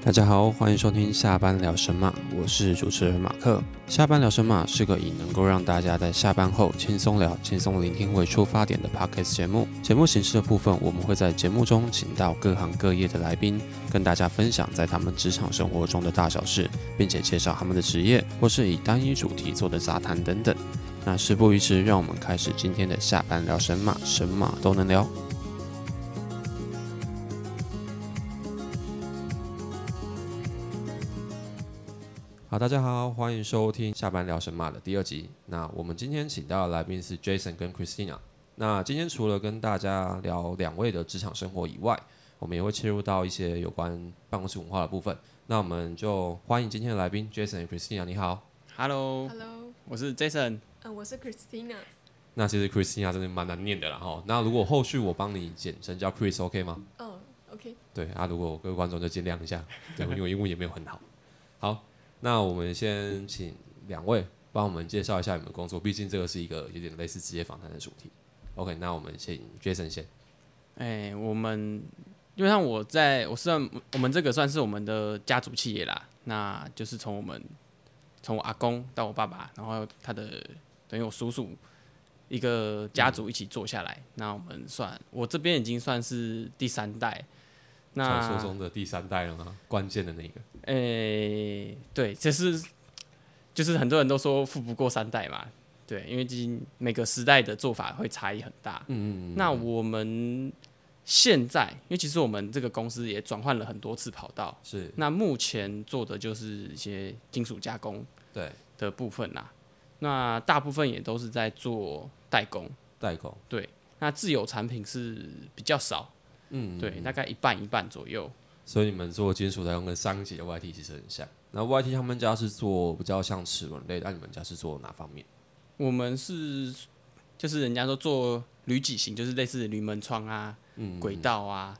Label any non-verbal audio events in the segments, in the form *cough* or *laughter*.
大家好，欢迎收听下班聊神马，我是主持人马克。下班聊神马是个以能够让大家在下班后轻松聊、轻松聆听为出发点的 podcast 节目。节目形式的部分，我们会在节目中请到各行各业的来宾，跟大家分享在他们职场生活中的大小事，并且介绍他们的职业，或是以单一主题做的杂谈等等。那事不宜迟，让我们开始今天的下班聊神马，神马都能聊。好，大家好，欢迎收听下班聊神马的第二集。那我们今天请到的来宾是 Jason 跟 Christina。那今天除了跟大家聊两位的职场生活以外，我们也会切入到一些有关办公室文化的部分。那我们就欢迎今天的来宾 Jason 与 Christina，你好。 Hello， Hello，我是 Jason。呃，我是 Christina。那其实 Christina 真的蛮难念的啦哈。那如果后续我帮你简称叫 Chris，OK、吗？哦，OK，对啊，如果各位观众就见谅一下，对，因为我英文也没有很好。好，那我们先请两位帮我们介绍一下你们的工作，毕竟这个是一个有点类似职业访谈的主题。OK，那我们请 Jason 先。哎、我们因为像我在，我算我们这个算是我们的家族企业啦，那就是从我们从我阿公到我爸爸，然后他的等于我叔叔一个家族一起做下来，那我们算我这边已经算是第三代。那传说中的第三代了吗？关键的那一个。诶、对，这是就是很多人都说富不过三代嘛，对，因为毕竟每个时代的做法会差异很大。嗯嗯那我们现在，因为其实我们这个公司也转换了很多次跑道，是那目前做的就是一些金属加工对的部分啦，那大部分也都是在做代工，代工，那自有产品是比较少，嗯，对，大概一半一半左右。所以你们做金属代工跟商级的 YT 其实很像。那 YT 他们家是做比较像齿轮类的，那你们家是做哪方面？我们是就是人家说做铝几型，就是类似铝门窗啊、轨道啊、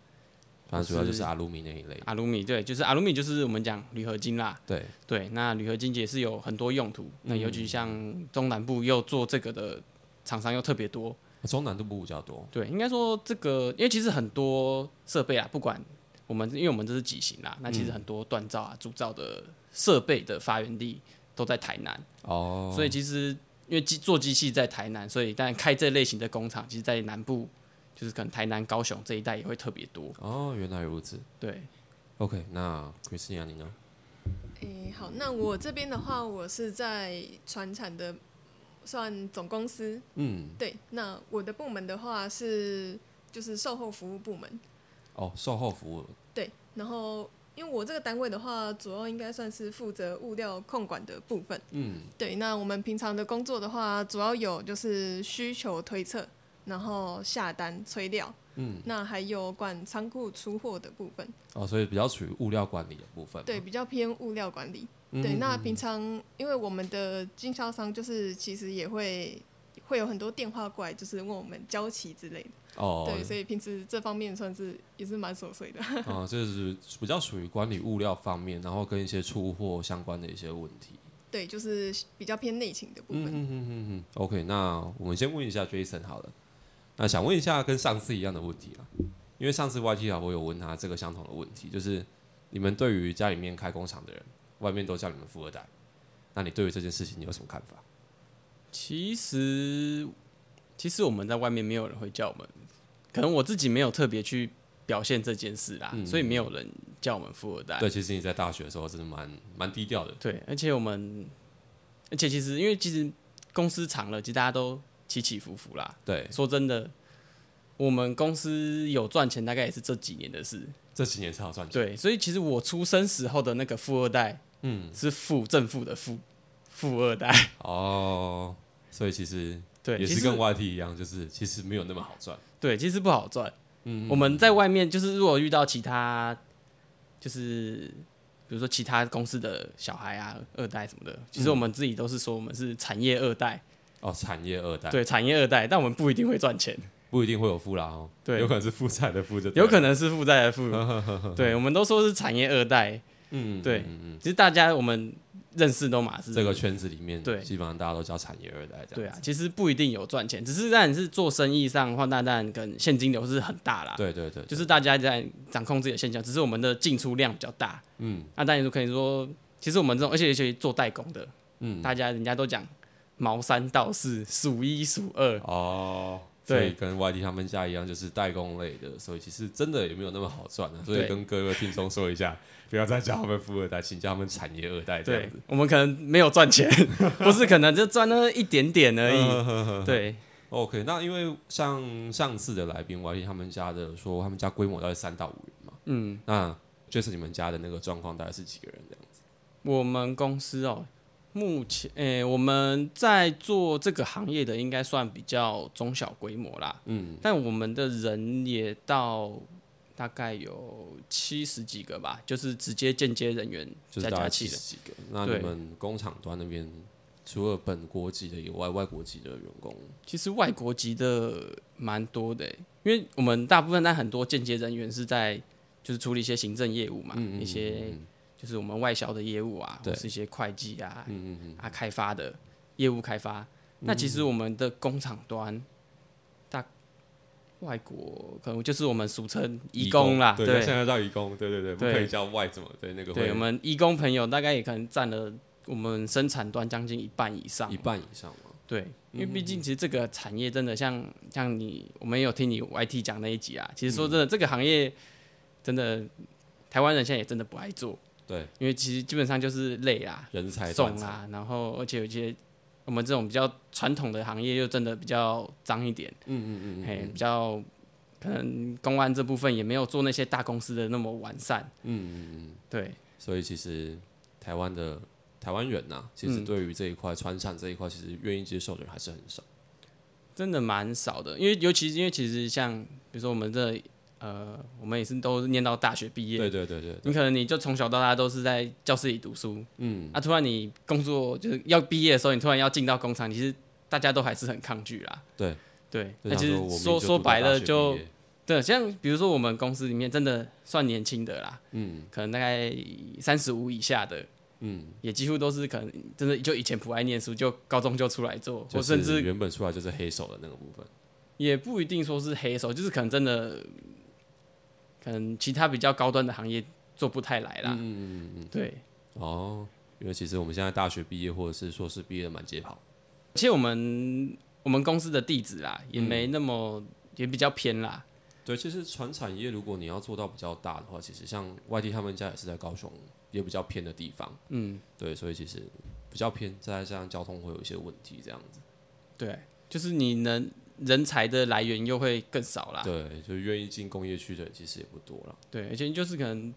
反正主要就是啊是阿鲁米那一类。阿鲁米，对，就是阿鲁米就是我们讲铝合金啦。对，对，那铝合金也是有很多用途，那尤其像中南部又做这个的厂商又特别多。中南度部比较多。对，应该说这个，因为其实很多设备啊，不管我们，因为我们这是几型啦，那其实很多锻造啊、铸造的设备的发源地都在台南。哦，所以其实因为机做机器在台南，所以但开这类型的工厂，其实在南部，就是可能台南、高雄这一带也会特别多。哦，原来如此。对， OK，那 Christina 你呢？诶，好，那我这边的话，我是在船产的算总公司。嗯，对，那我的部门的话是就是售后服务部门。哦，售后服务，对，然后因为我这个单位的话，主要应该算是负责物料控管的部分。嗯，对，那我们平常的工作的话，主要有就是需求推测，然后下单催料。嗯，那还有管仓库出货的部分。哦，所以比较属于物料管理的部分嘛。对，比较偏物料管理。嗯，对，那平常因为我们的经销商就是其实也会会有很多电话过来，就是问我们交期之类的。哦， *laughs* 对，所以平时这方面算是也是蛮琐碎的。 *laughs* 啊，这是比较属于管理物料方面，然后跟一些出货相关的一些问题。对，就是比较偏内勤的部嗯分。嗯嗯嗯嗯。OK，那我们先问一下 Jason 好了。那想问一下跟上次一样的问题啦，啊因为上次 YT 啊，我有问他这个相同的问题，就是你们对于家里面开工厂的人，外面都叫你们富二代，那你对于这件事情你有什么看法？其实其实我们在外面没有人会叫我们，可能我自己没有特别去表现这件事啦，嗯所以没有人叫我们富二代。对，其实你在大学的时候真的蛮蛮低调的，对，而且我们，而且其实因为其实公司长了，其实大家都起起伏伏啦。对，说真的，我们公司有赚钱，大概也是这几年的事。这几年才好赚钱。对，所以其实我出生时候的那个富二代，嗯，是富正负的富，富二代。哦，所以其实对，也其是实跟 YT 一样，就是其实没有那么好赚。对，其实不好赚。嗯，我们在外面就是如果遇到其他，就是比如说其他公司的小孩啊、二代什么的，其嗯实我们自己都是说我们是产业二代，哦，产业二代对，产业二代，但我们不一定会赚钱，不一定会有富啦哦，对有可能是负债的负就对有了 *laughs* 可能是负债的负。对，我们都说是产业二代，嗯，对嗯嗯其实大家我们认识都马嗯，是这个圈子里面，对基本上大家都叫产业二代这对样啊子。，其实不一定有赚钱，只是但是做生意上的话，那当然跟现金流是很大啦。，对对对，就是大家在掌控自己的现象，只是我们的进出量比较大。嗯那当然就可以说，其实我们这种，而且尤其做代工的，嗯，大家人家都讲毛三到四，数一数二。哦，对所以跟 YD 他们家一样，就是代工类的，所以其实真的也没有那么好赚啊。所以对跟各位听众说一下，不要再叫他们富二代，请叫他们产业二代这样对子。，我们可能没有赚钱， *laughs* 不是可能就赚那一点点而嗯已。已对， OK，那因为像上次的来宾 YD 他们家的说，他们家规模大概三到五人嘛。嗯，那就是你们家的那个状况大概是几个人这样子？我们公司哦，目前诶、我们在做这个行业的应该算比较中小规模啦，嗯，但我们的人也到大概有七十几个吧，就是直接间接人员就是再大加概起七十的。几个。那对你们工厂端那边除了本国籍的以外，外国籍的员工，其实外国籍的蛮多的欸、因为我们大部分但很多间接人员是在就是处理一些行政业务嘛，嗯嗯嗯一些就是我们外销的业务啊，对或是一些会计啊，嗯嗯嗯，啊开发的业务开发。嗯那其实我们的工厂端，大外国可能就是我们俗称移工啦，对，对现在到移工，对对对，不对可以叫外怎么对那个对，会我们义工朋友大概也可能占了我们生产端将近一半以上一。半以上嘛。对，嗯因为毕竟其实这个产业真的像像你，我们也有听你 YT 讲那一集啊。其实说真的，嗯这个行业真的台湾人现在也真的不爱做，对，因为其实基本上就是累啊、人才重短啊，然后而且有一些我们这种比较传统的行业又真的比较脏一点，嗯嗯嗯嘿，嗯比较可能公安这部分也没有做那些大公司的那么完善。嗯嗯嗯，对，所以其实台湾的台湾人呐、其实嗯对于这一块船产这一块，其实愿意接受的人还是很少。真的蛮少的，因为尤其是因为其实像比如说我们这呃，我们也是都念到大学毕业，对对对对，你可能你就从小到大都是在教室里读书，嗯，啊，突然你工作就是要毕业的时候，你突然要进到工厂，其实大家都还是很抗拒啦。对，对，就那想其实我明说就说读到白大了学就毕业对，像比如说我们公司里面真的算年轻的啦，嗯可能大概三十五以下的，嗯，也几乎都是可能真的就以前不爱念书，就高中就出来做，就或是甚至原本出来就是黑手的那个部分。也不一定说是黑手，就是可能真的，可能其他比较高端的行业做不太来啦。嗯嗯嗯对，嗯，哦，因为其实我们现在大学毕业或者是硕士毕业的满街跑。其实我们我们公司的地址啦，也没那么、也比较偏啦。对，其实船产业如果你要做到比较大的话，其实像外地他们家也是在高雄，也比较偏的地方。嗯，对，所以其实比较偏，再加上交通会有一些问题这样子。对，就是你能人才的来源又会更少啦。对，就是愿意进工业区的人其实也不多了。对，而且就是可能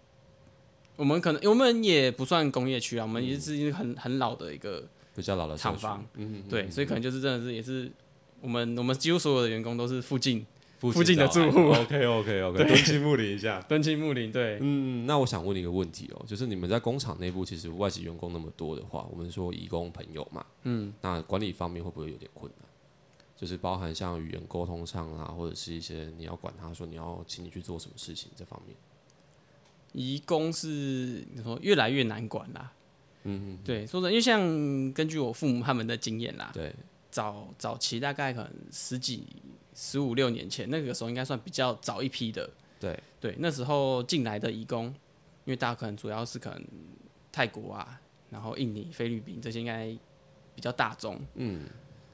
我们可能我们也不算工业区啊，我们也是一个很很老的一个比较老的社厂区房，嗯，嗯对，所以可能就是真的是也是我们我们几乎所有的员工都是附近嗯附近的住户 OK OK *laughs* OK，敦亲睦邻一下。登记木林，对，嗯，那我想问你一个问题哦，就是你们在工厂内部其实外籍员工那么多的话，我们说移工朋友嘛，嗯，那管理方面会不会有点困难？就是包含像语言沟通上啦，或者是一些你要管他说你要请你去做什么事情这方面。移工是你说越来越难管啦。嗯，对，说真的，因为像根据我父母他们的经验啦，对，早早期大概可能十几、十五六年前，那个时候应该算比较早一批的。对，对，那时候进来的移工，因为大家可能主要是可能泰国啊，然后印尼、菲律宾这些应该比较大众。嗯，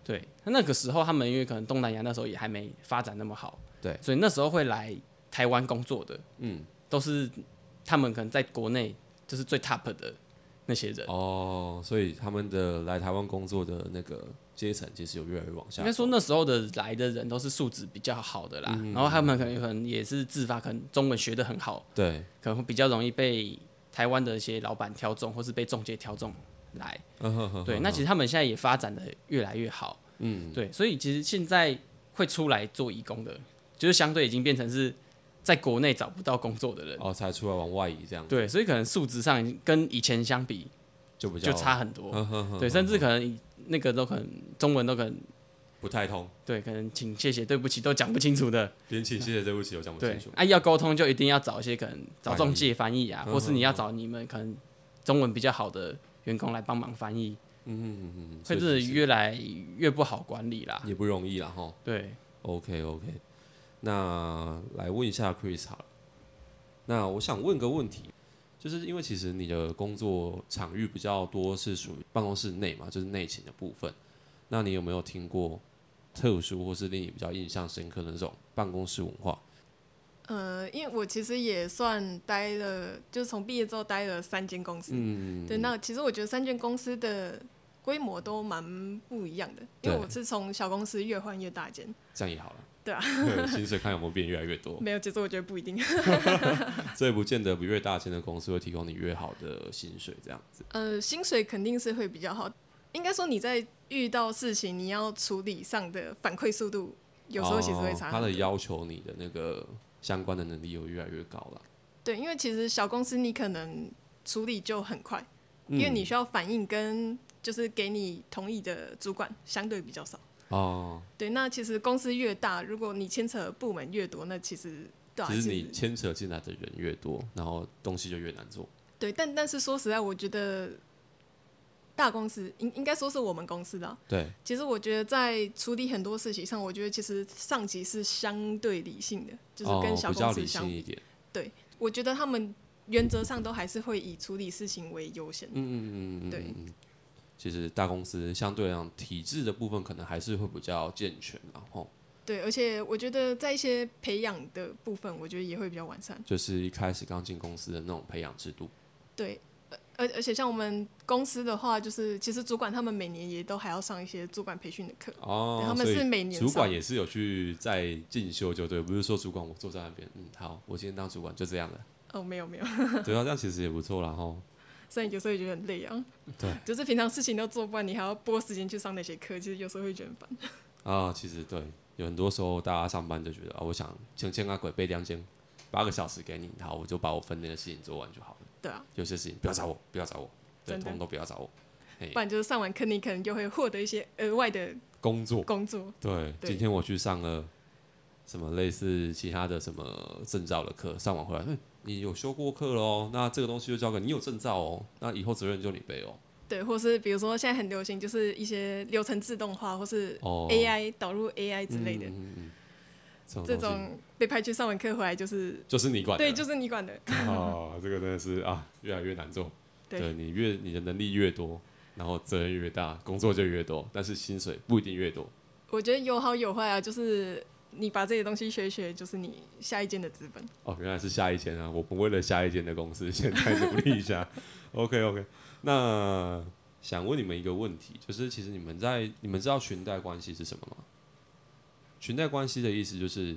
对，那个时候他们因为可能东南亚那时候也还没发展那么好，对所以那时候会来台湾工作的，嗯，都是他们可能在国内就是最 top 的那些人。哦，所以他们的来台湾工作的那个阶层其实有越来越往下应该。说那时候的来的人都是素质比较好的啦，嗯然后他们可能可能也是自发，可能中文学得很好，对，可能会比较容易被台湾的一些老板挑中，或是被中介挑中来。嗯哼哼对，哼那其哼实他们现在也发展的越来越好，嗯，对，所以其实现在会出来做义工的，就是相对已经变成是在国内找不到工作的人。哦，才出来往外移这样，对，所以可能素质上跟以前相比就比较就差很多。嗯哼哼对，甚至可能那个都可能中文都可能不太通，对，可能请、谢谢、对不起都讲不清楚的。连请谢谢对不起都讲不对清楚，。啊，要沟通就一定要找一些可能找中介翻译啊，翻译或是你要找你们可能中文比较好的员工来帮忙翻译，嗯嗯嗯嗯，会确是实是越来越不好管理啦。也不容易啦哈。对， OK OK，那来问一下 Chris 好了。那我想问个问题，就是因为其实你的工作场域比较多是属于办公室内嘛，就是内勤的部分。那你有没有听过特殊或是令你比较印象深刻的那种办公室文化？呃，因为我其实也算待了，就是从毕业之后待了三间公司。嗯，对，那其实我觉得三间公司的规模都蛮不一样的，因为对我是从小公司越换越大间。这样也好了。对啊 *laughs* 薪水看有没有变越来越多，没有，其实我觉得不一定。所以不见得比越大间的公司会提供你越好的薪水，这样子。呃，薪水肯定是会比较好，应该说你在遇到事情你要处理上的反馈速度，有时候其实会哦差他很多。的要求你的那个相关的能力有越来越高了。对，因为其实小公司你可能处理就很快，嗯因为你需要反应跟就是给你同意的主管相对比较少。哦，对，那其实公司越大，如果你牵扯的部门越多，那其实对啊，其实其你实牵扯进来的人越多，然后东西就越难做。对，但但是说实在，我觉得大公司应应该说是我们公司的啊、对，其实我觉得在处理很多事情上，我觉得其实上级是相对理性的，就是跟哦、小比较公司理相性一比，点。我觉得他们原则上都还是会以处理事情为优先。嗯嗯嗯嗯，对嗯嗯。其实大公司相对来讲，体制的部分可能还是会比较健全啊啦，然后对，而且我觉得在一些培养的部分，我觉得也会比较完善。就是一开始刚进公司的那种培养制度。对，呃而而且像我们公司的话，就是其实主管他们每年也都还要上一些主管培训的课，哦对，他们所以是每年主管上也是有去在进修，就对，不是说主管我坐在那边，嗯，好，我今天当主管就这样了。哦，没有没有， *laughs* 对啊，这样其实也不错啦，吼。所以有时候也觉得很累啊。对，就是平常事情都做不完，你还要拨时间去上那些课，其实有时候会觉得很烦。啊，其实对，有很多时候大家上班就觉得啊，我想请千啊鬼背两间，八个小时给你，好，我就把我分内的事情做完就好了。对啊，有些事情不要找我，不要找我，对，真的通通都不要找我。嘿不然就是上完课，你可能就会获得一些额外的工作，工作。对，对今天我去上了什么类似其他的什么证照的课，上完回来，嗯，你有修过课喽？那这个东西就交给你，你有证照哦，那以后责任就你背哦。对，或是比如说现在很流行，就是一些流程自动化，或是哦 AI、导入 AI 之类的，嗯嗯嗯嗯这这种东西种被派去上完课回来就是，就是你管的，对，就是你管的，哦，这个真的是啊，越来越难做。对你越你的能力越多，然后责任越大，工作就越多，但是薪水不一定越多。我觉得有好有坏啊，就是你把这些东西学一学，就是你下一间的资本。哦，原来是下一间啊！我们为了下一间的公司， *laughs* 先在努力一下。OK OK，那想问你们一个问题，就是其实你们在你们知道裙带关系是什么吗？裙带关系的意思就是，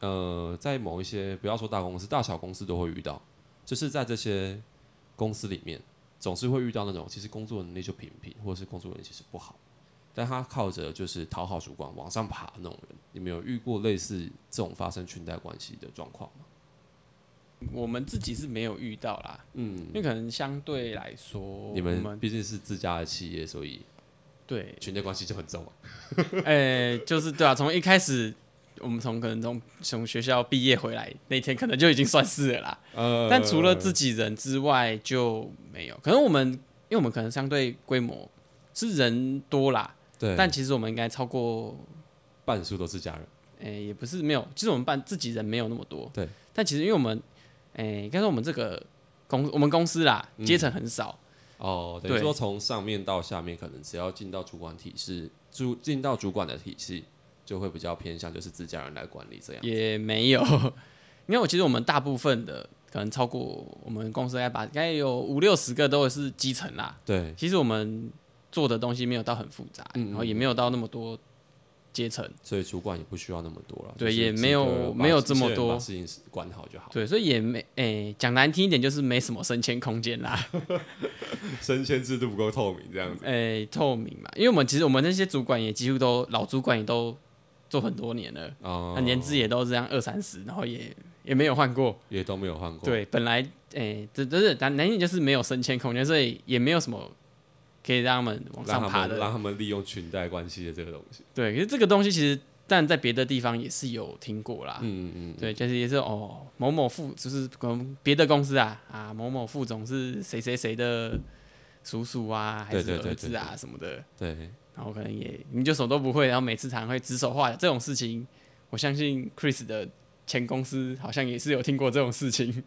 呃，在某一些不要说大公司，大小公司都会遇到，就是在这些公司里面，总是会遇到那种其实工作能力就平平，或者是工作能力其实不好，但他靠着就是讨好主管往上爬的那种人。你们有遇过类似这种发生裙带关系的状况吗？我们自己是没有遇到啦，嗯因，为可能相对来说，你我 *laughs* 们们毕竟是自家的企业，所以，对裙带关系就很重啊。哎，就是对啊，从一开始。我们从可能从从学校毕业回来那天，可能就已经算是了啦。呃但除了自己人之外就没有。可能我们，因为我们可能相对规模是人多啦，对，但其实我们应该超过，半数都是家人，诶、也不是没有，其实我们办自己人没有那么多。对，但其实因为我们，诶、应该说我们这个公我们公司啦，嗯阶层很少，哦，等于对说从上面到下面，可能只要进到主管体系，主进到主管的体系，就会比较偏向就是自家人来管理这样。也没有。 *laughs* 因为我其实我们大部分的可能超过我们公司应该把应该有五六十个都是基层啦。对，其实我们做的东西没有到很复杂，嗯嗯然后也没有到那么多阶层。所以主管也不需要那么多了。对就是也几没有个把没有一些这么人多把事情管好就好。对，所以也没诶，讲、难听一点，就是没什么升迁空间啦。升迁制度不够透明这样子。诶、透明嘛，因为我们其实我们那些主管也几乎都老主管也都做很多年了，哦那、年资也都这样二三十，然后也也没有换过。也都没有换过。对，本来诶，这、就是难难听就是没有升迁空间，所以也没有什么可以让他们往让他上爬们的。让他们利用裙带关系的这个东西。对，可是这个东西其实，但在别的地方也是有听过啦。嗯嗯嗯，对，就是也是哦，某某副就是嗯别的公司啊啊，某某副总是谁谁谁的叔叔啊，还对是对对儿子对啊什么的，对，然后可能也你就什么都不会，然后每次常会指手画脚这种事情，我相信 Chris 的前公司好像也是有听过这种事情。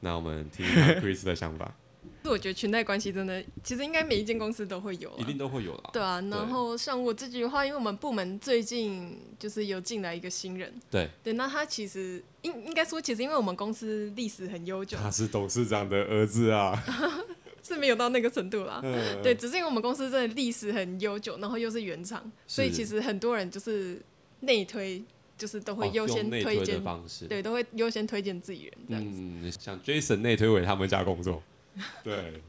那我们听听看 Chris 的想法，是我觉得裙带关系真的，其实应该每一间公司都会有、 *laughs* 一啊。定都会有啦。对啊，对然后像我自己的话，因为我们部门最近就是有进来一个新人，对，对，那他其实应应该说，其实因为我们公司历史很悠久，他是董事长的儿子啊。是没有到那个程度啦。嗯对，，只是因为我们公司真的历史很悠久，然后又是原厂，所以是其实很多人就是内推，就是都会哦优先用内推推荐的，方式。对，都会优先推荐自己人这样子。嗯，像 Jason 内推为他们家工 *laughs* 作，对，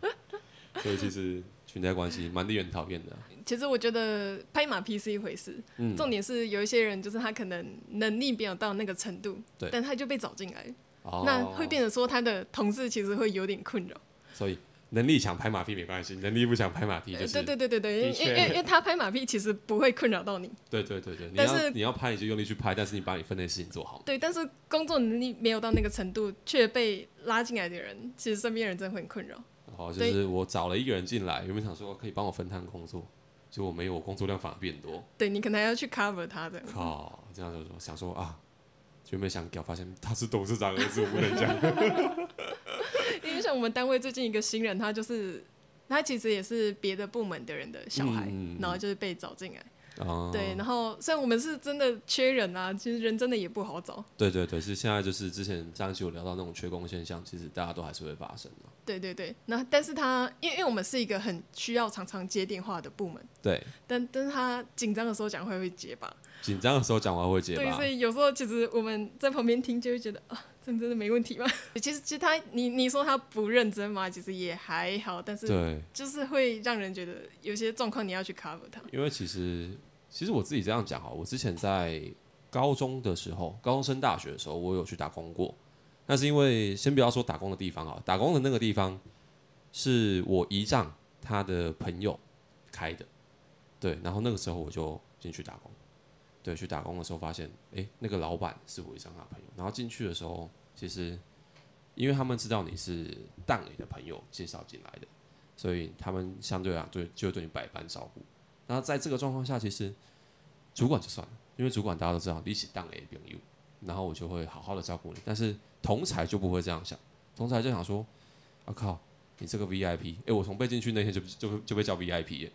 所以其实裙带关系蛮令人讨厌的啊。其实我觉得拍马屁是一回事，嗯，重点是有一些人就是他可能能力没有到那个程度对，但他就被找进来，哦那会变得说他的同事其实会有点困扰。所以能力强拍马屁没关系，能力不强拍马屁就对是呃对对对对，因的为确因为因为他拍马屁其实不会困扰到你，对对对对，你但要是你要拍你就用力去拍，但是你把你分内事情做好。对，但是工作能力没有到那个程度，却被拉进来的人，其实身边人真的会很困扰。哦，就对是我找了一个人进来，原本想说可以帮我分摊工作，结果没有，我工作量反而变多。对你可能还要去 cover 他的。靠，这样就说想说啊，原本想屌，发现他是董事长儿子，我不能讲。 *laughs* 因为像我们单位最近一个新人，他就是他其实也是别的部门的人的小孩，嗯嗯嗯然后就是被找进来。哦，对，然后虽然我们是真的缺人啊，其实人真的也不好找。对对对，是现在就是之前上一期有聊到那种缺工现象，其实大家都还是会发生的。对对对，那但是他因为因为我们是一个很需要常常接电话的部门，对，但但是他紧张的时候讲会会结巴。紧张的时候讲话会结对，巴所，以有时候其实我们在旁边听就会觉得啊，这真的没问题吗？ *laughs* 其实其实他你你说他不认真嘛，其实也还好，但是对，就是会让人觉得有些状况你要去 cover 他。因为其实其实我自己这样讲哦哈，我之前在高中的时候，高中升大学的时候，我有去打工过。那是因为先不要说打工的地方啊，打工的那个地方是我姨丈他的朋友开的，对，然后那个时候我就进去打工，对，去打工的时候发现，诶，那个老板是我姨丈他朋友，然后进去的时候，其实因为他们知道你是蛋磊的朋友介绍进来的，所以他们相对啊对就会对你百般照顾。那在这个状况下，其实主管就算了，因为主管大家都知道，你是当 A 朋友，然后我就会好好的照顾你。但是同才就不会这样想，同才就想说：“啊靠，你这个 VIP，哎、我从被进去那天就就就被叫 VIP 耶。”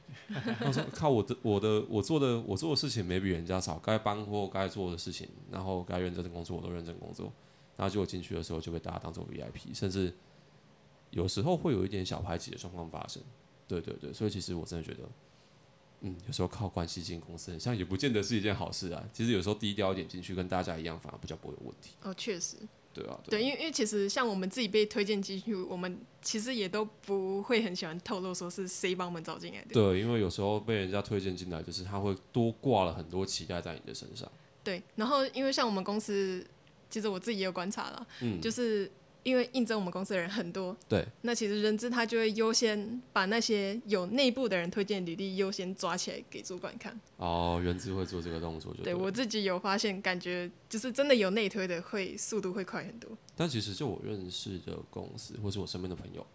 他说：“靠，我的我的我做的我做的事情没比人家少，该帮或该做的事情，然后该认真的工作我都认真工作。”然后结果进去的时候就被大家当做 VIP，甚至有时候会有一点小排挤的状况发生。对对对，所以其实我真的觉得。嗯，有时候靠关系进公司，像也不见得是一件好事啊。其实有时候低调一点进去，跟大家一样，反而比较不会有问题。哦，确实，对啊，对，啊因为因为其实像我们自己被推荐进去，我们其实也都不会很喜欢透露说是谁帮我们找进来的。对，因为有时候被人家推荐进来，就是他会多挂了很多期待在你的身上。对，然后因为像我们公司，其实我自己也有观察啦，嗯，就是因为应征我们公司的人很多，对，那其实人资他就会优先把那些有内部的人推荐履历优先抓起来给主管看。哦，原子会做这个动作就对了我自己有发现，感觉就是真的有内推的会速度会快很多。但其实就我认识的公司，或是我身边的朋友，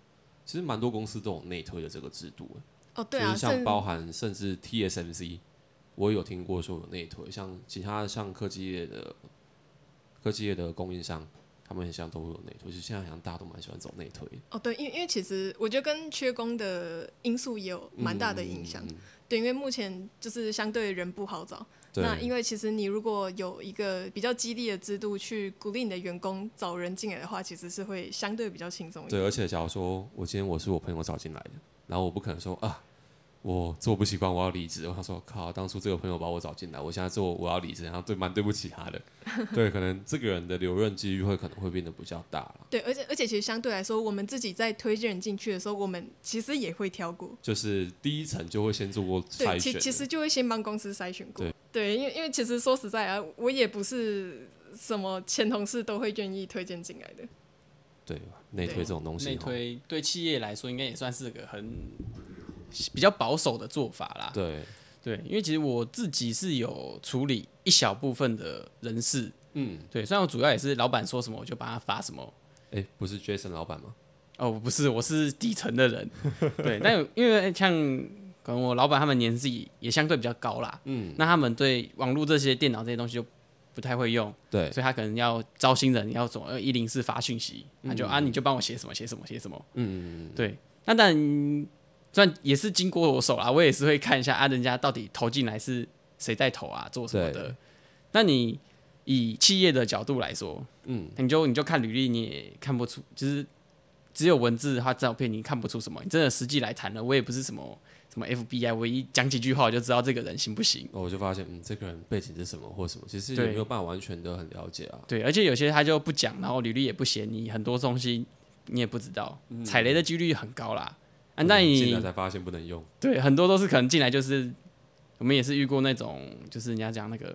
其实蛮多公司都有内推的这个制度。哦，对啊，就是像甚包含甚至 TSMC，我也有听过说有内推，像其他像科技业的科技业的供应商，他们很像都会有内推，就现在好像大家都蛮喜欢走内推，哦，对，因为因为其实我觉得跟缺工的因素也有蛮大的影响。嗯嗯嗯嗯对，因为目前就是相对人不好找。对，那因为其实你如果有一个比较激励的制度去鼓励你的员工找人进来的话，其实是会相对比较轻松一对，点。而且假如说我今天我是我朋友找进来的，然后我不可能说啊，我做不习惯，我要离职。我想说，靠，当初这个朋友把我找进来，我现在做我要离职，然后对蛮对不起他 *laughs* 的。对，可能这个人的留任几率会可能会变得比较大了。对，而且而且其实相对来说，我们自己在推荐人进去的时候，我们其实也会挑过。就是第一层就会先做过对，筛选其了，其实就会先帮公司筛选过对。对，因为因为其实说实在啊，我也不是什么前同事都会愿意推荐进来的。对内推对这种东西内哈，推对企业来说，应该也算是个很比较保守的做法啦。对，对，因为其实我自己是有处理一小部分的人事，嗯，对，虽然我主要也是老板说什么我就帮他发什么。哎，不是 Jason 老板吗？哦，不是，我是底层的人，对，但因为像可能我老板他们年纪也相对比较高啦，嗯，那他们对网络这些电脑这些东西就不太会用，对，所以他可能要招新人，要总要一零四发讯息，他就、啊，你就帮我写什么写什么写什么，嗯，对，那但虽然也是经过我手啦，我也是会看一下啊，人家到底投进来是谁在投啊，做什么对的。那你以企业的角度来说，嗯，你就你就看履历，你也看不出，就是只有文字和照片，你看不出什么。你真的实际来谈了，我也不是什么什么 FBI，我一讲几句话我就知道这个人行不行。我就发现，嗯，这个人背景是什么或什么，其实也对没有办法完全的很了解啊。对，而且有些他就不讲，然后履历也不写，你很多东西你也不知道，踩雷的几率很高啦。啊，那嗯你进来才发现不能用，对，很多都是可能进来就是，我们也是遇过那种，就是人家讲那个，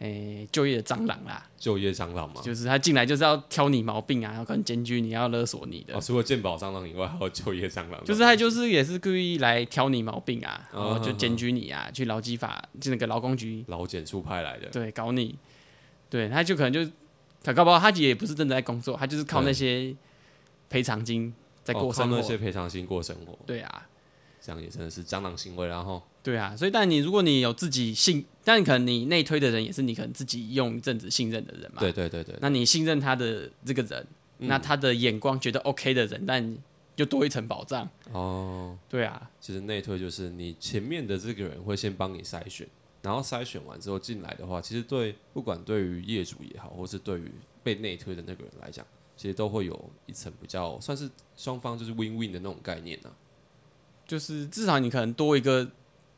诶、就业的蟑螂啦，就业蟑螂嘛。就是他进来就是要挑你毛病啊，然后可能检举你，要勒索你的，哦，除了鉴宝蟑螂以外，还有就业蟑螂。就是他就是也是故意来挑你毛病啊，然后啊就检举你啊，去劳基法就那个劳工局老检处派来的。对搞你，对，他就可能就他搞不好他也不是真的在工作，他就是靠那些赔偿金在哦过靠生活，那些赔偿金过生活，对啊，这样也真的是蟑螂行为啦齁。然后对啊，所以但你如果你有自己信，但可能你内推的人也是你可能自己用一阵子信任的人嘛。对，对对对，嗯那你信任他的这个人，那他的眼光觉得 OK 的人，但你就多一层保障。哦，对啊，其实内推就是你前面的这个人会先帮你筛选，然后筛选完之后进来的话，其实对不管对于业主也好，或是对于被内推的那个人来讲，其实都会有一层比较算是双方就是 win win 的那种概念啊。就是至少你可能多一个，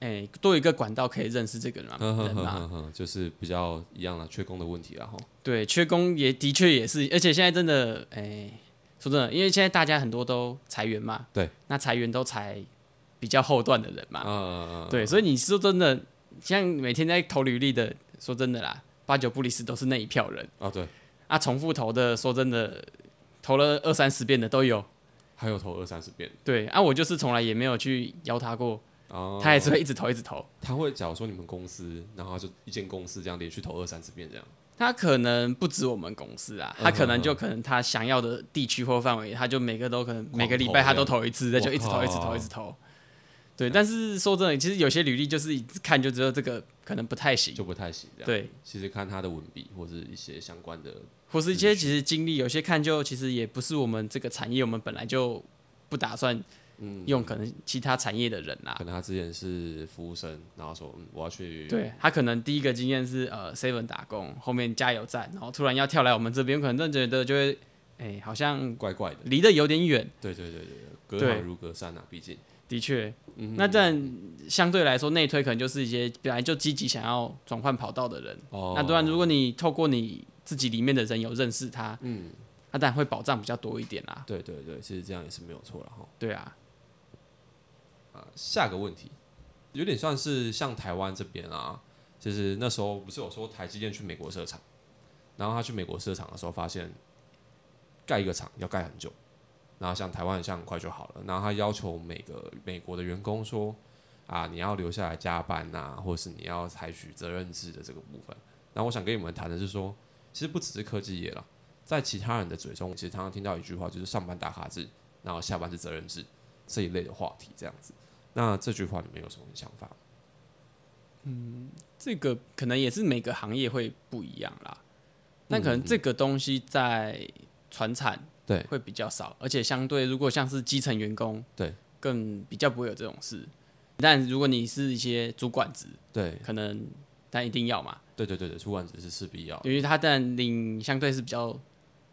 哎、多一个管道可以认识这个人嘛。呵呵人呵嘛呵呵，就是比较一样的缺工的问题啦齁。对，缺工也的确也是，而且现在真的，哎、说真的，因为现在大家很多都裁员嘛，对，那裁员都裁比较后段的人嘛，啊，对，所以你说真的，像每天在投履历的，说真的啦，八九不离十都是那一票人啊对，啊。重复投的，说真的，投了二三十遍的都有。还有投二三十遍对啊，我就是从来也没有去邀他过，哦，他还是会一直投一直投。他会假如说你们公司，然后就一间公司这样连续投二三十遍这样。他可能不止我们公司嗯啊，他可能就可能他想要的地区或范围，他就每个都可能每个礼拜他都投一次，那就一直投一直投一直投。对，但是说真的，其实有些履历就是一看就知道这个可能不太行，就不太行。这样，对，其实看他的文笔或是一些相关的，或是一嗯些其实经历，有些看就其实也不是我们这个产业，我们本来就不打算嗯用可能其他产业的人啊啦、可能他之前是服务生，然后说嗯我要去，对他可能第一个经验是呃 seven 打工，后面加油站，然后突然要跳来我们这边，可能真的觉得就会哎、好像怪怪的。离得有点远。对对对对，隔对行如隔山啊，毕竟的确，嗯那但相对来说内推可能就是一些本来就积极想要转换跑道的人。哦那当啊然，如果你透过你自己里面的人有认识他，嗯，那当然会保障比较多一点啦。对对对，其实这样也是没有错了哈。对啊，啊，下个问题有点算是像台湾这边啊，就是那时候不是有说台积电去美国设厂，然后他去美国设厂的时候发现，盖一个厂要盖很久，然后像台湾很像很快就好了，然后他要求每个美国的员工说，啊，你要留下来加班呐、或者是你要采取责任制的这个部分。然后我想跟你们谈的是说，其实不只是科技业了，在其他人的嘴中，其实常常听到一句话，就是上班打卡制，然后下班是责任制这一类的话题，这样子。那这句话你们有什么想法？这个可能也是每个行业会不一样啦。那可能这个东西在船产嗯对会比较少，而且相对如果像是基层员工，对，更比较不会有这种事。但如果你是一些主管职，对可能但一定要嘛，对对对对，主管只是势必要，因为他但领相对是比较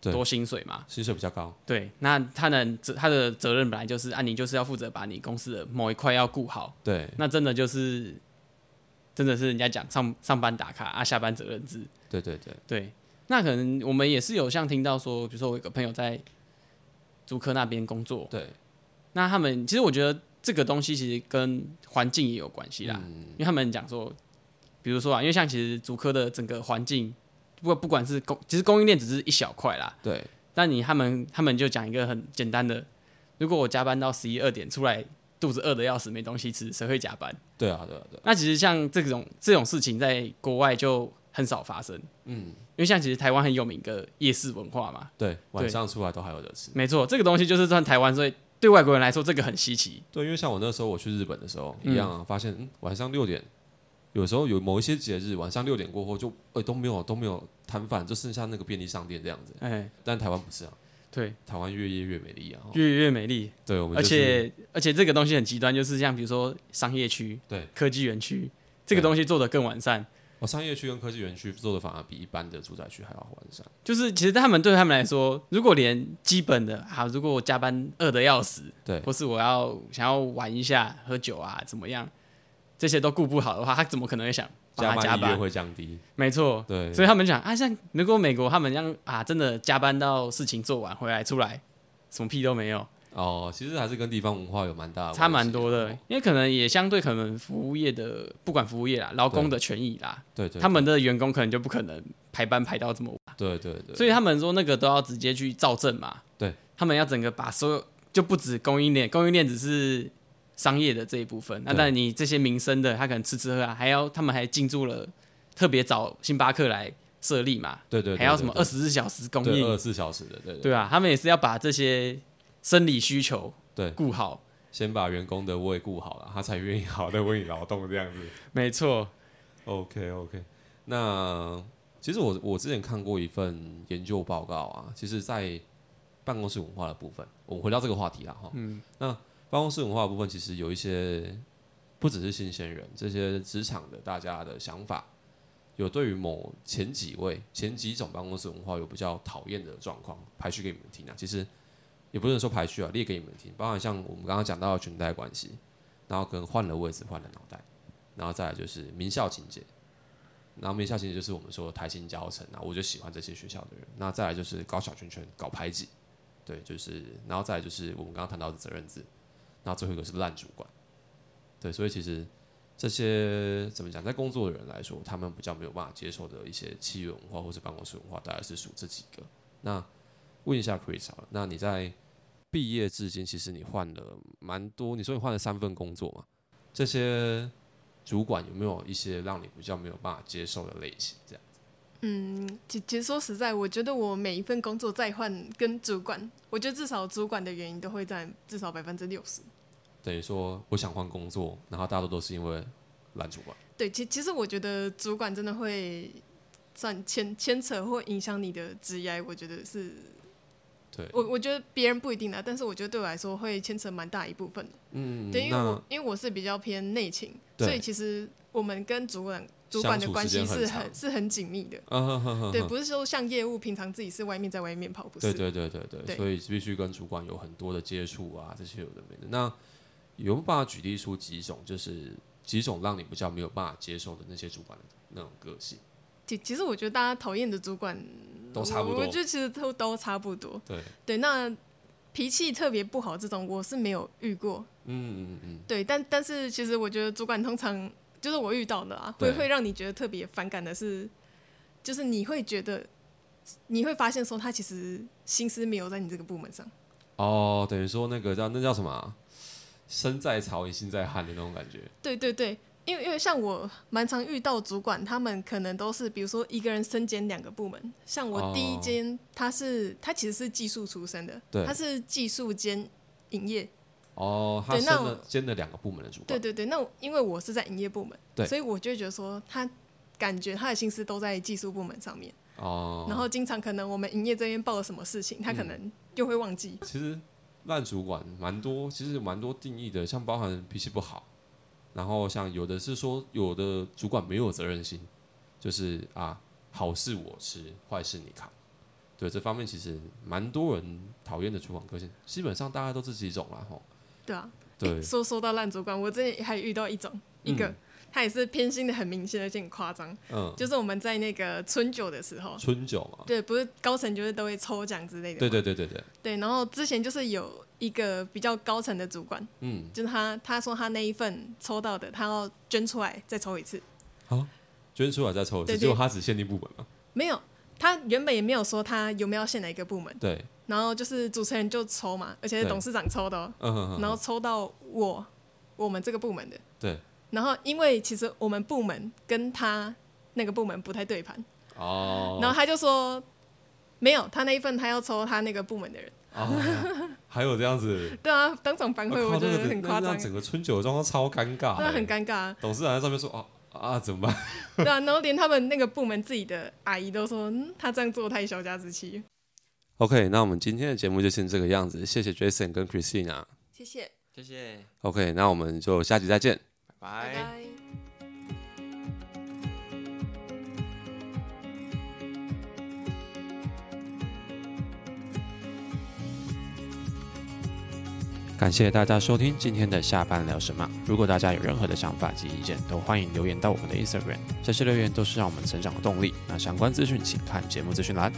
对多薪水嘛，薪水比较高，对，那他能责他的责任本来就是啊，你就是要负责把你公司的某一块要顾好，对那真的就是真的是人家讲上上班打卡啊，下班责任制，对对对，对，那可能我们也是有像听到说，比如说我有个朋友在竹科那边工作，对那他们其实我觉得这个东西其实跟环境也有关系啦，因为他们讲说，比如说啊，因为像其实竹科的整个环境，不过不管是供，其实供应链只是一小块啦，对但你他们他们就讲一个很简单的，如果我加班到十一二点出来肚子饿的要死，没东西吃，谁会加班？对啊，对啊，对啊，那其实像这种这种事情，在国外就很少发生，嗯，因为像其实台湾很有名的夜市文化嘛，对，晚上出来都还有得吃。没错，这个东西就是算台湾，所以对外国人来说，这个很稀奇。对，因为像我那时候我去日本的时候，嗯一样啊，发现嗯晚上六点，有时候有某一些节日晚上六点过后就哎、都没有都没有摊贩，就剩下那个便利商店这样子。哎、但台湾不是啊，对，台湾越夜越美丽啊。哦越越美丽，对，我们、而就是、且而且这个东西很极端，就是像比如说商业区、对，科技园区，这个东西做的更完善。哦，商业区跟科技园区做的反而比一般的住宅区还要完善。就是其实他们对他们来说，如果连基本的啊，如果我加班饿的要死，对或是我要想要玩一下、喝酒啊，怎么样，这些都顾不好的话，他怎么可能会想帮加他加班意愿班？会降低。没错，对，所以他们讲啊，像如果美国他们这样啊，真的加班到事情做完回来出来，什么屁都没有，哦，其实还是跟地方文化有蛮大的差关蛮系多的哦。因为可能也相对可能服务业的，不管服务业啦，劳工的权益啦，对对，他们的员工可能就不可能排班排到这么晚。对对对，所以他们说那个都要直接去造证嘛。对，他们要整个把所有就不止供应链，供应链只是商业的这一部分。那对但你这些民生的，他可能吃吃喝喝、啊，还要他们还进驻了特别找星巴克来设立嘛，对对对还要什么二十四小时供二应十，四小时的，对对对啊，他们也是要把这些生理需求对，顾好。先把员工的胃顾好了，他才愿意好的为你劳动这样子。没错， OK OK，那其实我我之前看过一份研究报告啊，其实在办公室文化的部分，我们回到这个话题啦哈。嗯，那办公室文化的部分，其实有一些不只是新鲜人，这些职场的大家的想法，有对于某前几位、前几种办公室文化有比较讨厌的状况，排序给你们听啊。其实也不能说排序啊，列给你们听，包含像我们刚刚讲到的裙带关系，然后跟换了位置、换了脑袋，然后再来就是名校情节。然后名校情节就是我们说台新教程啊，我就喜欢这些学校的人。那再来就是搞小圈圈、搞排挤，对，就是然后再来就是我们刚刚谈到的责任制，然后最后一个是烂主管，对，所以其实这些怎么讲，在工作的人来说，他们比较没有办法接受的一些企业文化或是办公室文化，大概是属这几个。那问一下 Chris 好了，那你在毕业至今，其实你换了蛮多，你说你换了三份工作嘛？这些主管有没有一些让你比较没有办法接受的类型？这样嗯，其其实说实在，我觉得我每一份工作再换跟主管，我觉得至少主管的原因都会占至少百分之六十。等于说我想换工作，然后大多都是因为懒主管。对，其其实我觉得主管真的会算牵牵扯或影响你的职业，我觉得是对，我我觉得别人不一定的，但是我觉得对我来说会牵扯蛮大一部分的。嗯，对，因为那我因为我是比较偏内勤，对所以其实我们跟主管主管的相处关时系间很是长很是很紧密的。啊呵呵呵对，呵不是说像业务平常自己是外面在外面跑，不是。对对对对对，对所以必须跟主管有很多的接触啊，这些有的没的。那有没有办法举例出几种，就是几种让你比较没有办法接受的那些主管的那种个性？其其实我觉得大家讨厌的主管都差不多嗯我我觉得其实都都差不多。对，对，那脾气特别不好这种我是没有遇过。嗯嗯嗯，对，但但是其实我觉得主管通常就是我遇到的啊，会对会让你觉得特别反感的是，就是你会觉得你会发现说他其实心思没有在你这个部门上。哦，等于说那个叫那叫什么啊、身在曹营心在汉的那种感觉。对对对，因为因为像我蛮常遇到主管，他们可能都是比如说一个人身兼两个部门，像我第一哦间他是他其实是技术出身的对，他是技术兼营业，哦，他对升那了我兼了两个部门的主管。对对对，那我因为我是在营业部门，对所以我就会觉得说他。感觉他的心思都在技术部门上面，哦，嗯然后经常可能我们营业这边报了什么事情，他可能就会忘记。其实烂主管蛮多，其实有蛮多定义的，像包含脾气不好，然后像有的是说有的主管没有责任心，就是啊好事我吃，坏事你扛。对这方面其实蛮多人讨厌的主管个性，基本上大概都这几种啦吼。对啊，对诶，说说到烂主管，我之前还遇到一种，一个、嗯他也是偏心的很明显，而且很夸张。嗯，就是我们在那个春酒的时候，春酒嘛，对，不是高层就是都会抽奖之类的嘛，对对对对对，对然后之前就是有一个比较高层的主管，嗯，就是他他说他那一份抽到的，他要捐出来再抽一次，捐出来再抽一次，对对结果他只限定部门嘛，没有。他原本也没有说他有没有限哪一个部门，对，然后就是主持人就抽嘛，而且是对董事长抽的、哦，嗯，然后抽到我我们这个部门的。对。然后，因为其实我们部门跟他那个部门不太对盘，哦，然后他就说没有，他那一份他要抽他那个部门的人。哦还有这样子，对啊， *laughs* 当场反我悔，我哦靠，那觉个得很那夸那张，整个春酒的状况超尴尬对啊，欸，很尴尬啊。董事长在上面说哦啊怎么办？ *laughs* 对啊，然后连他们那个部门自己的阿姨都说，嗯，他这样做太小家子气了。 OK，那我们今天的节目就先这个样子，谢谢 Jason 跟 Christina。谢谢，谢谢， OK，那我们就下集再见。拜拜。拜。感谢大家收听今天的下班聊什么。如果大家有任何的想法及意见，都欢迎留言到我们的 Instagram，这些留言都是让我们成长的动力。那相关资讯请看节目资讯栏。